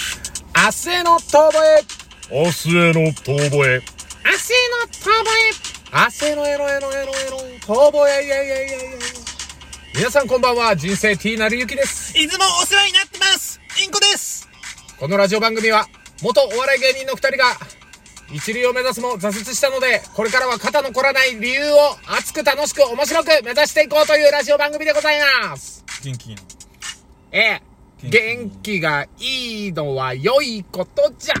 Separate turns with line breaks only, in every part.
明日への遠吠え
明日への遠吠え。
明日への遠吠え明日へのエロエロエロエロ遠吠えいやいやいやいや皆さんこんばんは、人生 T なりゆきです。
いつもお世話になってますインコです
このラジオ番組は、元お笑い芸人の二人が、一流を目指すも挫折したので、これからは肩の凝らない理由を熱く楽しく面白く目指していこうというラジオ番組でございます。
元気いいの
ええ、元気がいいのは良いことじゃ。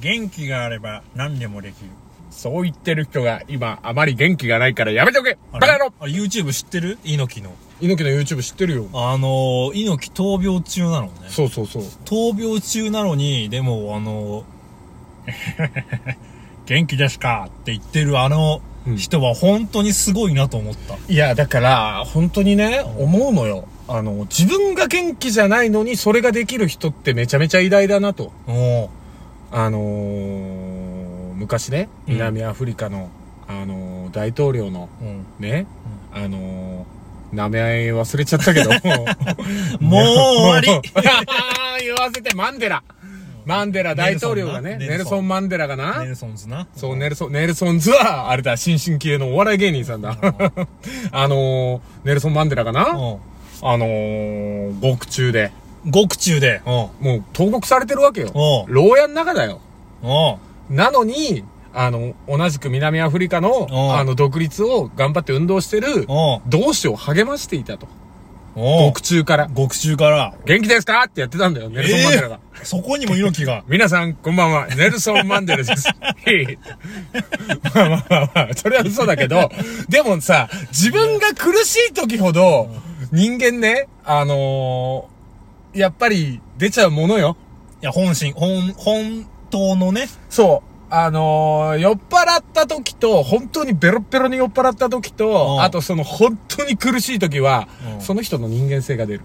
元気があれば何でもできる。
そう言ってる人が今あまり元気がないからやめておけ
あ
バ
れ
カ野郎
あ ?YouTube 知ってる猪木の。
猪木の YouTube 知ってるよ。
あのー、猪木闘病中なのね。
そうそうそう。
闘病中なのに、でもあの ー元気ですかって言ってるあの
うん
人は本当にすごいなと思った。
いや、だから、本当にね、思うのよ。あの、自分が元気じゃないのにそれができる人ってめちゃめちゃ偉大だなと。
おー
あのー、昔ね、
うん
南アフリカの、あのー大統領の
うん
ね、あのー、名前忘れちゃった けど、
もう終わり
言わせて、マンデラ。マンデラ大統領がね、
ネ
ネル
ルソンな
ソン・マンデラがな
ネ、ルソンズな。
そう、ネルソン、ネルソンズは、あれだ、新進気鋭のお笑い芸人さんだ。 あのー、ネルソン・マンデラがな、
うん
あのー、獄中で、
獄中で。うん
もう投獄されてるわけよ
お。う
牢屋の中だよ。
うん
なのに、あの、同じく南アフリカの、
おう
あの、独立を頑張って運動してる、
おう
同志を励ましていたと。
おう
獄中から。
獄中から。
元気ですかってやってたんだよ、ネルソン・マンデラが。。
えーそこにも猪木 が
皆さん、こんばんは。ネルソン・マンデラ です。へいまあまあまあまあ、それは嘘だけど、でもさ、自分が苦しい時ほど、人間ね、あのー、やっぱり出ちゃうものよ。
いや、本心、本、本当のね。
そう。あのー、酔っ払った時と、本当にベロッベロに酔っ払った時
う
と、
ん
あとその本当に苦しい時は、
うん
その人の人間性が出る。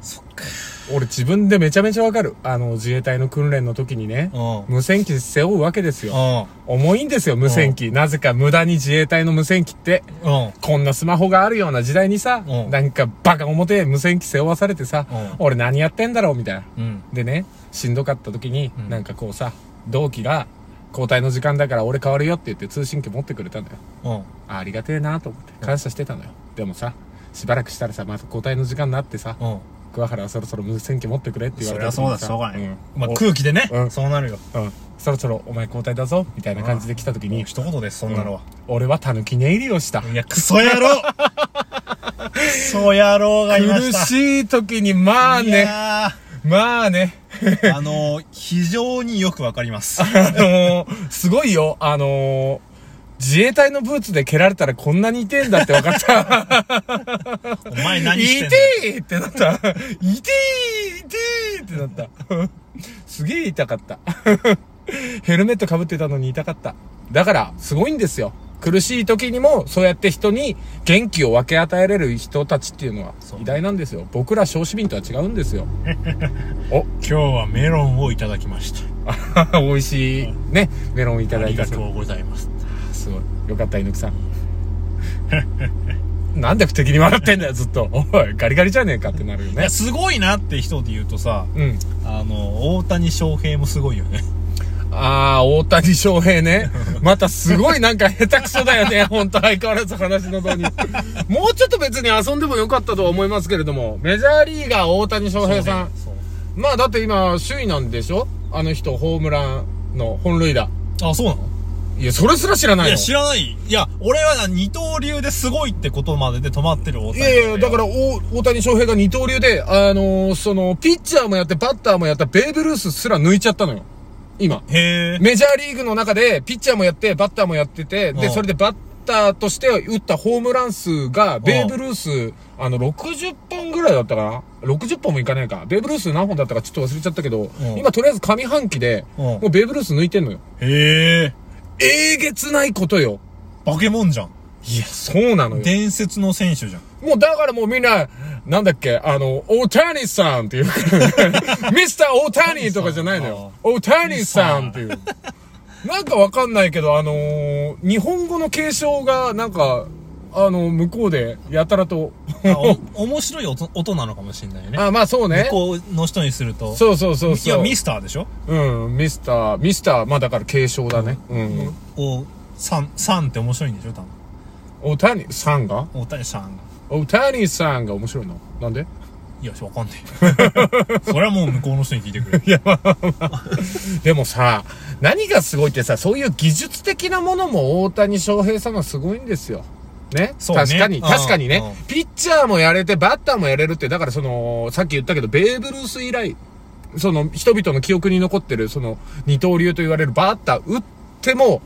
そっか。
俺自分でめちゃめちゃわかる。あの、自衛隊の訓練の時にね、
うん。
無線機背負うわけですよ。
う
重いんですよ、無線機。なぜか無駄に自衛隊の無線機って、
ん。うん。
こんなスマホがあるような時代にさ、
うん
なんかバカ表無線機背負わされてさ、
うん
俺何やってんだろうみたいな。
うん。
でね、しんどかった時に、
うん
なんかこうさ、同期が、交代の時間だから俺変わるよって言って通信機持ってくれたんだよ。
うん。
あありがてえなと思って感謝してたのよ。でもさ、しばらくしたらさ、また交代の時間になってさ、
うん。
桑原はそろそろ無線機持ってくれって言わ
そ
れ
り
た
ゃ
時
そう
に
だ、
さ
しょうがない。
うん
まあ、空気でね、
うん
そうなるよ。
うん、そろそろお前交代だぞみたいな感じで来た時に、
一言です、そんなのは。
俺は狸寝入りをした。
いや、クソ野郎クソ野郎がいま
苦
した。い
しい時に、まあ
や
ね、まあね、
ー。あのー、非常によくわかり ます。
あのー、すごいよ、あのー、自衛隊のブーツで蹴られたらこんなに痛えんだって分かった。
お前何してん
痛
だよ
えってなった。痛え痛えってなった。すげえ痛かった。ヘルメット被ってたのに痛かった。だから、すごいんですよ。苦しい時にも、そうやって人に元気を分け与えれる人たちっていうのは
そう
偉大なんですよ。僕ら小市民とは違うんです よ。お、
今日はメロンをいただきまし た。
美味しい、ね、メロンいた
あ
だい
り
た
が
そう
とうございます。
すごい。よかった、猪木さん。なんで不敵に笑ってんだよ、ずっと。おい、ガリガリじゃねえかってなるよ
い
ね
や、。すごいなって人で言うとさ、
うん。
あの、大谷翔平もすごいよね。
ああ、大谷翔平 ね。またすごいなんか下手くそだよね。 ほんと相変わらず話の通り。もうちょっと別に遊んでもよかったとは思いますけれども、メジャーリーガー大谷翔平さん。
そうね
まあだって今、首位なんでしょあの人、ホームランの本塁打。
そうあ、そうなの
いや、それすら知らないい
や、
よ。
知らない。いや、俺はな二刀流ですごいってことまでで止まってる大
い
谷。
やいや、だから、お大谷翔平が二刀流で、あのーその、ピッチャーもやって、バッターもやった、ベーブ・ルースすら抜いちゃったのよ。今。
ら。へえ。
メジャーリーグの中で、ピッチャーもやって、バッターもやってて、で、
うん
それでバッターとして打ったホームラン数が、ベーブ・ルース、あの、60本ぐらいだったかな ?60 本もいかないか。ベーブ・ルース何本だったかちょっと忘れちゃったけど、
うん
今とりあえず上半期で、
うん
もうベーブ・ルース抜いてんのよ。
へえ。
えげつないことよ。
バケモンじゃん。
いや、そうなのよ。
伝説の選 手じゃん。
もうだからもうみんな、なんだっけ、あの、大谷さんっていう から、ミスター大谷とかじゃないのよ。大谷さんっていう。なんかわかんないけど、あのー日本語の継承がなんか、あの、向こうで、やたらと。
あお面白い音音なのかもしれないよね。
あ、まあそうね。
こうの人にすると。
そうそうそうそう。
いや、ミスターでしょ
うん、ミスター、ミスター、まあだから継承だね。うん。
こう、さん、さんって面白いんでしょ多分。
大谷さんが
大谷さんが。
大谷さんが面白いのなんで
いや、わかんない。 それはもう向こうの人に聞いてくれ。
でもさ、何がすごいってさ、そういう技術的なものも大谷翔平さんがすごいんですよ。ね
そうね
確かに、
うん
確かにね
う。
ピッチャーもやれて、バッターもやれるって、だからその、さっき言ったけど、ベーブ・ルース以来、その、人々の記憶に残ってる、その、二刀流と言われるバッター、打っても、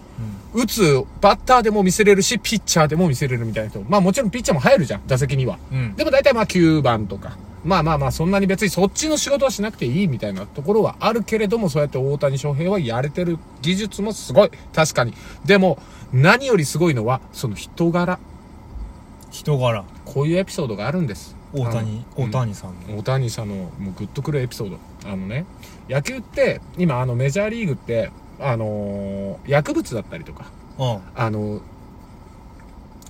打つバッターでも見せれるし、ピッチャーでも見せれるみたいな人。まあもちろんピッチャーも入るじゃん、打席には。
うん
でも大体まあ9番とか。まあまあまあそんなに別にそっちの仕事はしなくていいみたいなところはあるけれども、そうやって大谷翔平はやれてる技術もすごい。確かに。でも、何よりすごいのは、その人柄。
人柄。
こういうエピソードがあるんです。
大谷、
うん
大谷さんの。
大谷さんのもうグッとくるエピソードあのね野球って今あのメジャーリーグってあのー薬物だったりとか
うん。
あのー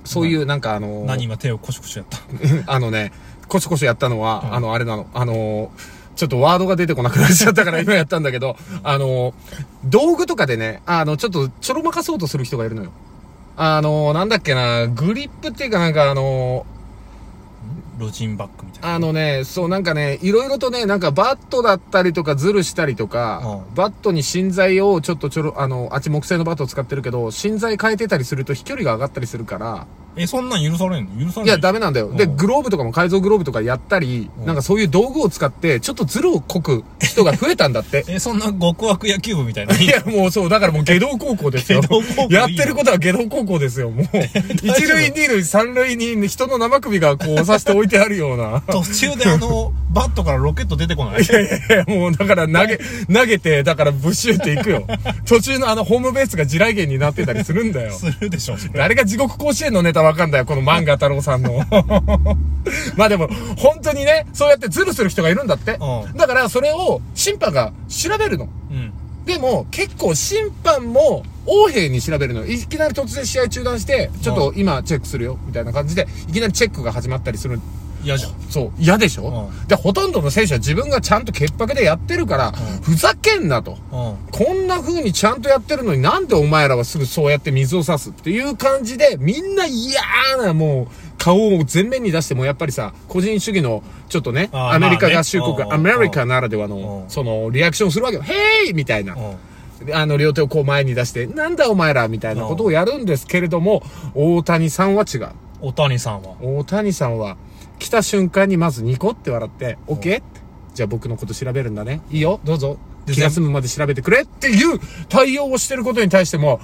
そういうなんかあのー
何今手をコシコシやった。
あのねコシコシやったのは、
うん
あのあれなのあのーちょっとワードが出てこなくなっちゃった から今やったんだけど、あのー道具とかでねあのちょっとちょろまかそうとする人がいるのよあのーなんだっけなグリップっていうかなんかあのー
ロジンバッグみたいな。
あのね、そうなんかね、いろいろとね、なんかバットだったりとかズルしたりとか、
うん
バットに芯材をちょっとちょろ、あの、あっち木製のバットを使ってるけど、芯材変えてたりすると飛距離が上がったりするから、
え、そんなん許されんの許され
いや、ダ
メ。
メなんだよ。で、
うん
グローブとかも改造グローブとかやったり、
うん
なんかそういう道具を使って、ちょっとズルをこく人が増えたんだって。
え、そんな極悪野球部みたいな。
いや、もうそう、だからもう下道高校ですよ
下道高。校
やってることは下道高校ですよ、 もう。一塁、二塁、三塁に人の生首がこう、さして置いてあるよう な。
途中であの、バットからロケット出てこない。
いやいやいや、もうだから投げ、投げて、だからブシューっていくよ。途中のあのホームベースが地雷原になってたりするんだよ。
するでしょ。それ
誰が地獄甲子園のネタわかんだよ、この漫画太郎さんの。 まあでも、本当にね、そうやってズルする人がいるんだって。
うん
だからそれを審判が調べるの。
うん。
でも、結構審判も、横兵に調べるのよ。いきなり突然試合中断して、ちょっと今チェックするよ、みたいな感じで、いきなりチェックが始まったりする
嫌じゃん。
そう、嫌でしょ、
う
で、ほとんどの選手は自分がちゃんと潔白でやってるから、
うん
ふざけんなと。
うん。
こんな風にちゃんとやってるのになんでお前らはすぐそうやって水を差すっていう感じで、みんな嫌なもう、顔を前面に出してもやっぱりさ、個人主義の、ちょっとね、
あー
アメリカ
まあね
合衆国、
うん
アメリカならではの
う、ん
その、リアクションするわけよ。ヘイみたいな。
うん。
あの、両手をこう前に出して、なんだお前らみたいなことをやるんですけれども、大谷さんは違う。
お谷さんは。
大谷さんは来た瞬間にまずニコって笑って「オッケーってじゃあ僕のこと調べるんだねいいよどうぞ
で
気が済むまで調べてくれっていう対応をしてることに対しても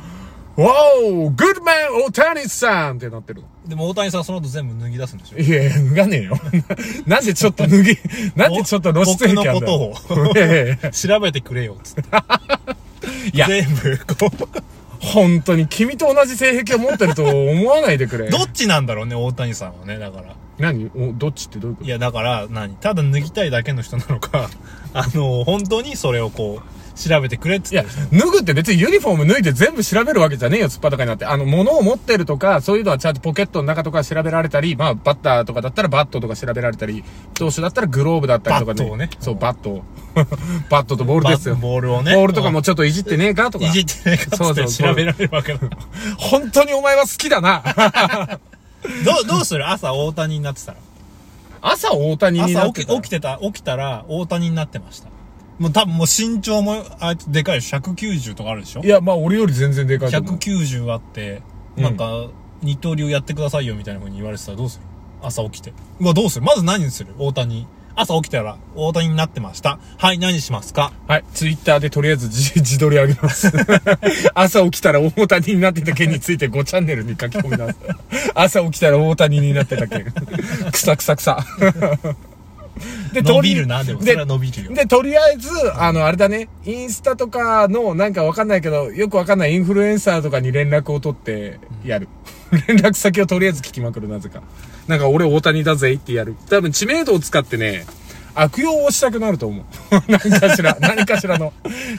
「わおグッドマン大谷さん!」ってなってるの
でも大谷さんはその後全部脱ぎ出すんでしょ
いやいや脱がねえよ ななんでちょっと 脱ぎなんでちょっと露出
僕
癖あ
の
ん
こ
だよ
とを
いやいやいや
調べてくれよ、つって。
いや
全部、こう。
本当に君と同じ性癖を持ってると思わないでくれ
どっちなんだろうね、大谷さんはね、だから。
何おどっちってどういうこ
い
と
や、だから、何ただ脱ぎたいだけの人なのか、 あの、本当にそれをこう、調べてくれっつっ
い
て
や
る人。、
脱ぐって別にユニフォーム脱いで全部調べるわけじゃねえよ、突っ裸になって。あの、物を持ってるとか、そういうのはちゃんとポケットの中とか調べられたり、まあ、バッターとかだったらバットとか調べられたり、投手だったらグローブだったりとか
バットをね
そう、バットを。 バットとボールですよ。
バボールをね
ボールとかもちょっといじってねえかとか。
いじってねえかっつっ
そう
て
そう
調べられるわけだ。ど
本当にお前は好きだな。
う、どうする朝大谷になってたら。
朝大谷にな
朝
って
起き
たら
起きてた、起きたら大谷になってました。もう多分もう身長も、あいつでかいでしょ ?190 とかあるでしょ
いや、まあ、俺より全然でかいと思う。
190あって、
うん
なんか、二刀流やってくださいよみたいな風に言われてたらどうする朝起きて。うわ、どうするまず何にする大谷。朝起きたら、大谷になってました。はい、何しますか
はい。ツイッターでとりあえず自 自撮り上げます。朝起きたら大谷になってた件について5チャンネルに書き込みます。朝起きたら大谷になってた件。くさくさくさ。で
伸びるな、でも。そ
で
れは伸びるよ。
で、とりあえず、あの、あれだね、インスタとかの、なんかわかんないけど、よくわかんないインフルエンサーとかに連絡を取ってやる。 連絡先をとりあえず聞きまくる、なぜか。なんか俺大谷だぜってやる。多分知名度を使ってね、悪用をしたくなると思う。 何かし ら、何かしらの。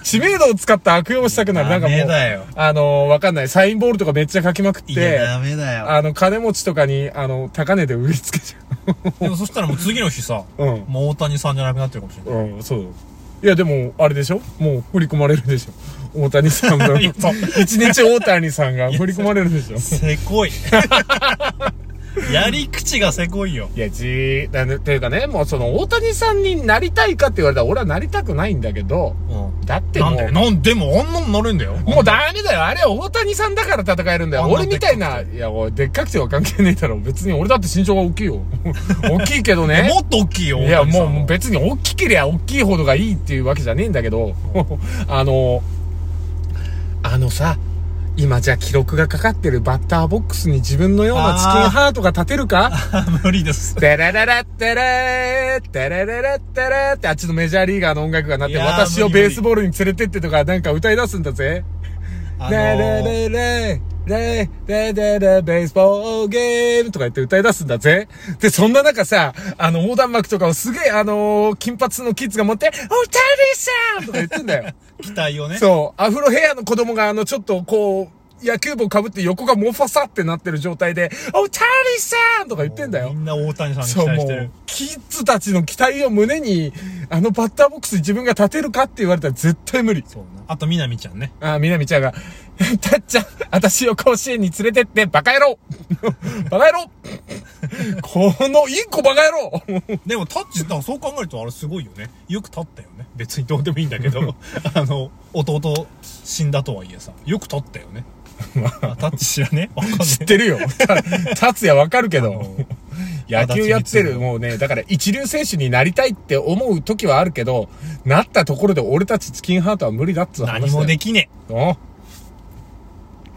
知名度を使った悪用をしたくなる。なんかも
ダメ
う、
だよ
あのー、わかんない。サインボールとかめっちゃ書きまくっ
いや、ダ
て、
メだよ。
あの、金持ちとかに、あの、高値で売りつけちゃ
でもそしたらもう次の日さ、
う。うん。
もう大谷さんじゃなくなってるかもしれない。
うん、そう。いや、でも、あれでしょもう振り込まれるでしょ大谷さん が。
いやそう
一日大谷さんが振り込まれるでしょ
せこ い。やり口がせこいよ。
いや、じー、だね、というかね、もうその大谷さんになりたいかって言われたら俺はなりたくないんだけど、
うん。
だって
なん
も
で
う、
なんでもあんなのなるんだよ。
もうダメだよ。あれは大谷さんだから戦えるんだよ。
あんな
俺みたいな、いや、おいでっかくては関係ねえだろ。別に俺だって身長が大きいよ。 大きいけどね。
もっと大きいよ。
いや、
大谷さん
も
は
うもう別に大きけりゃ大きいほどがいいっていうわけじゃねえんだけど、 あの、あのさ、今じゃ記録がかかってるバッターボックスに自分のようなチキンハートが立てるか
無 理です。
テラララッテレー、テラララッテレーってあっちのメジャーリーガーの音楽が鳴って、
いやー
私を
無理
ベ
無理
ースボールに連れてってとかなんか歌い出すんだぜ。
あの
ラララ
ー、
ララララララベースボールゲームとか言って歌い出すんだぜ。で、そんな中さ、あの、横断幕とかをすげえ、あのー金髪のキッズが持って、おたりさんとか言ってんだよ。
期待をね。
そう、アフロヘアの子供があの、ちょっとこう、野球帽被って横がモファサってなってる状態で、おたりさんとか言ってんだよ
み。んな大谷さんに期
そう、
待
も
してる
う。、キッズたちの期待を胸に、あのバッターボックスに自分が立てるかって言われたら絶対無理。
そうな。あと、みなみちゃ んね。
あ、みなみちゃんが、たっちゃん、私を甲子園に連れてって、バカ野郎 バカ野郎この、いい子バカ 野郎
でも、タッチ、だからそう考えるとあれすごいよね。よく立ったよね。別にどうでもいいんだけど、 あの、弟死んだとはいえさ、よく立ったよ ね。あタッチ知らねわかんない。
知ってるよ。 たつやわかるけど。野球やって
足立光
る、
の
もうね、だから一流選手になりたいって思う時はあるけど、なったところで俺たちチキンハートは無理だっつう話だよ
何もできねえ。
うん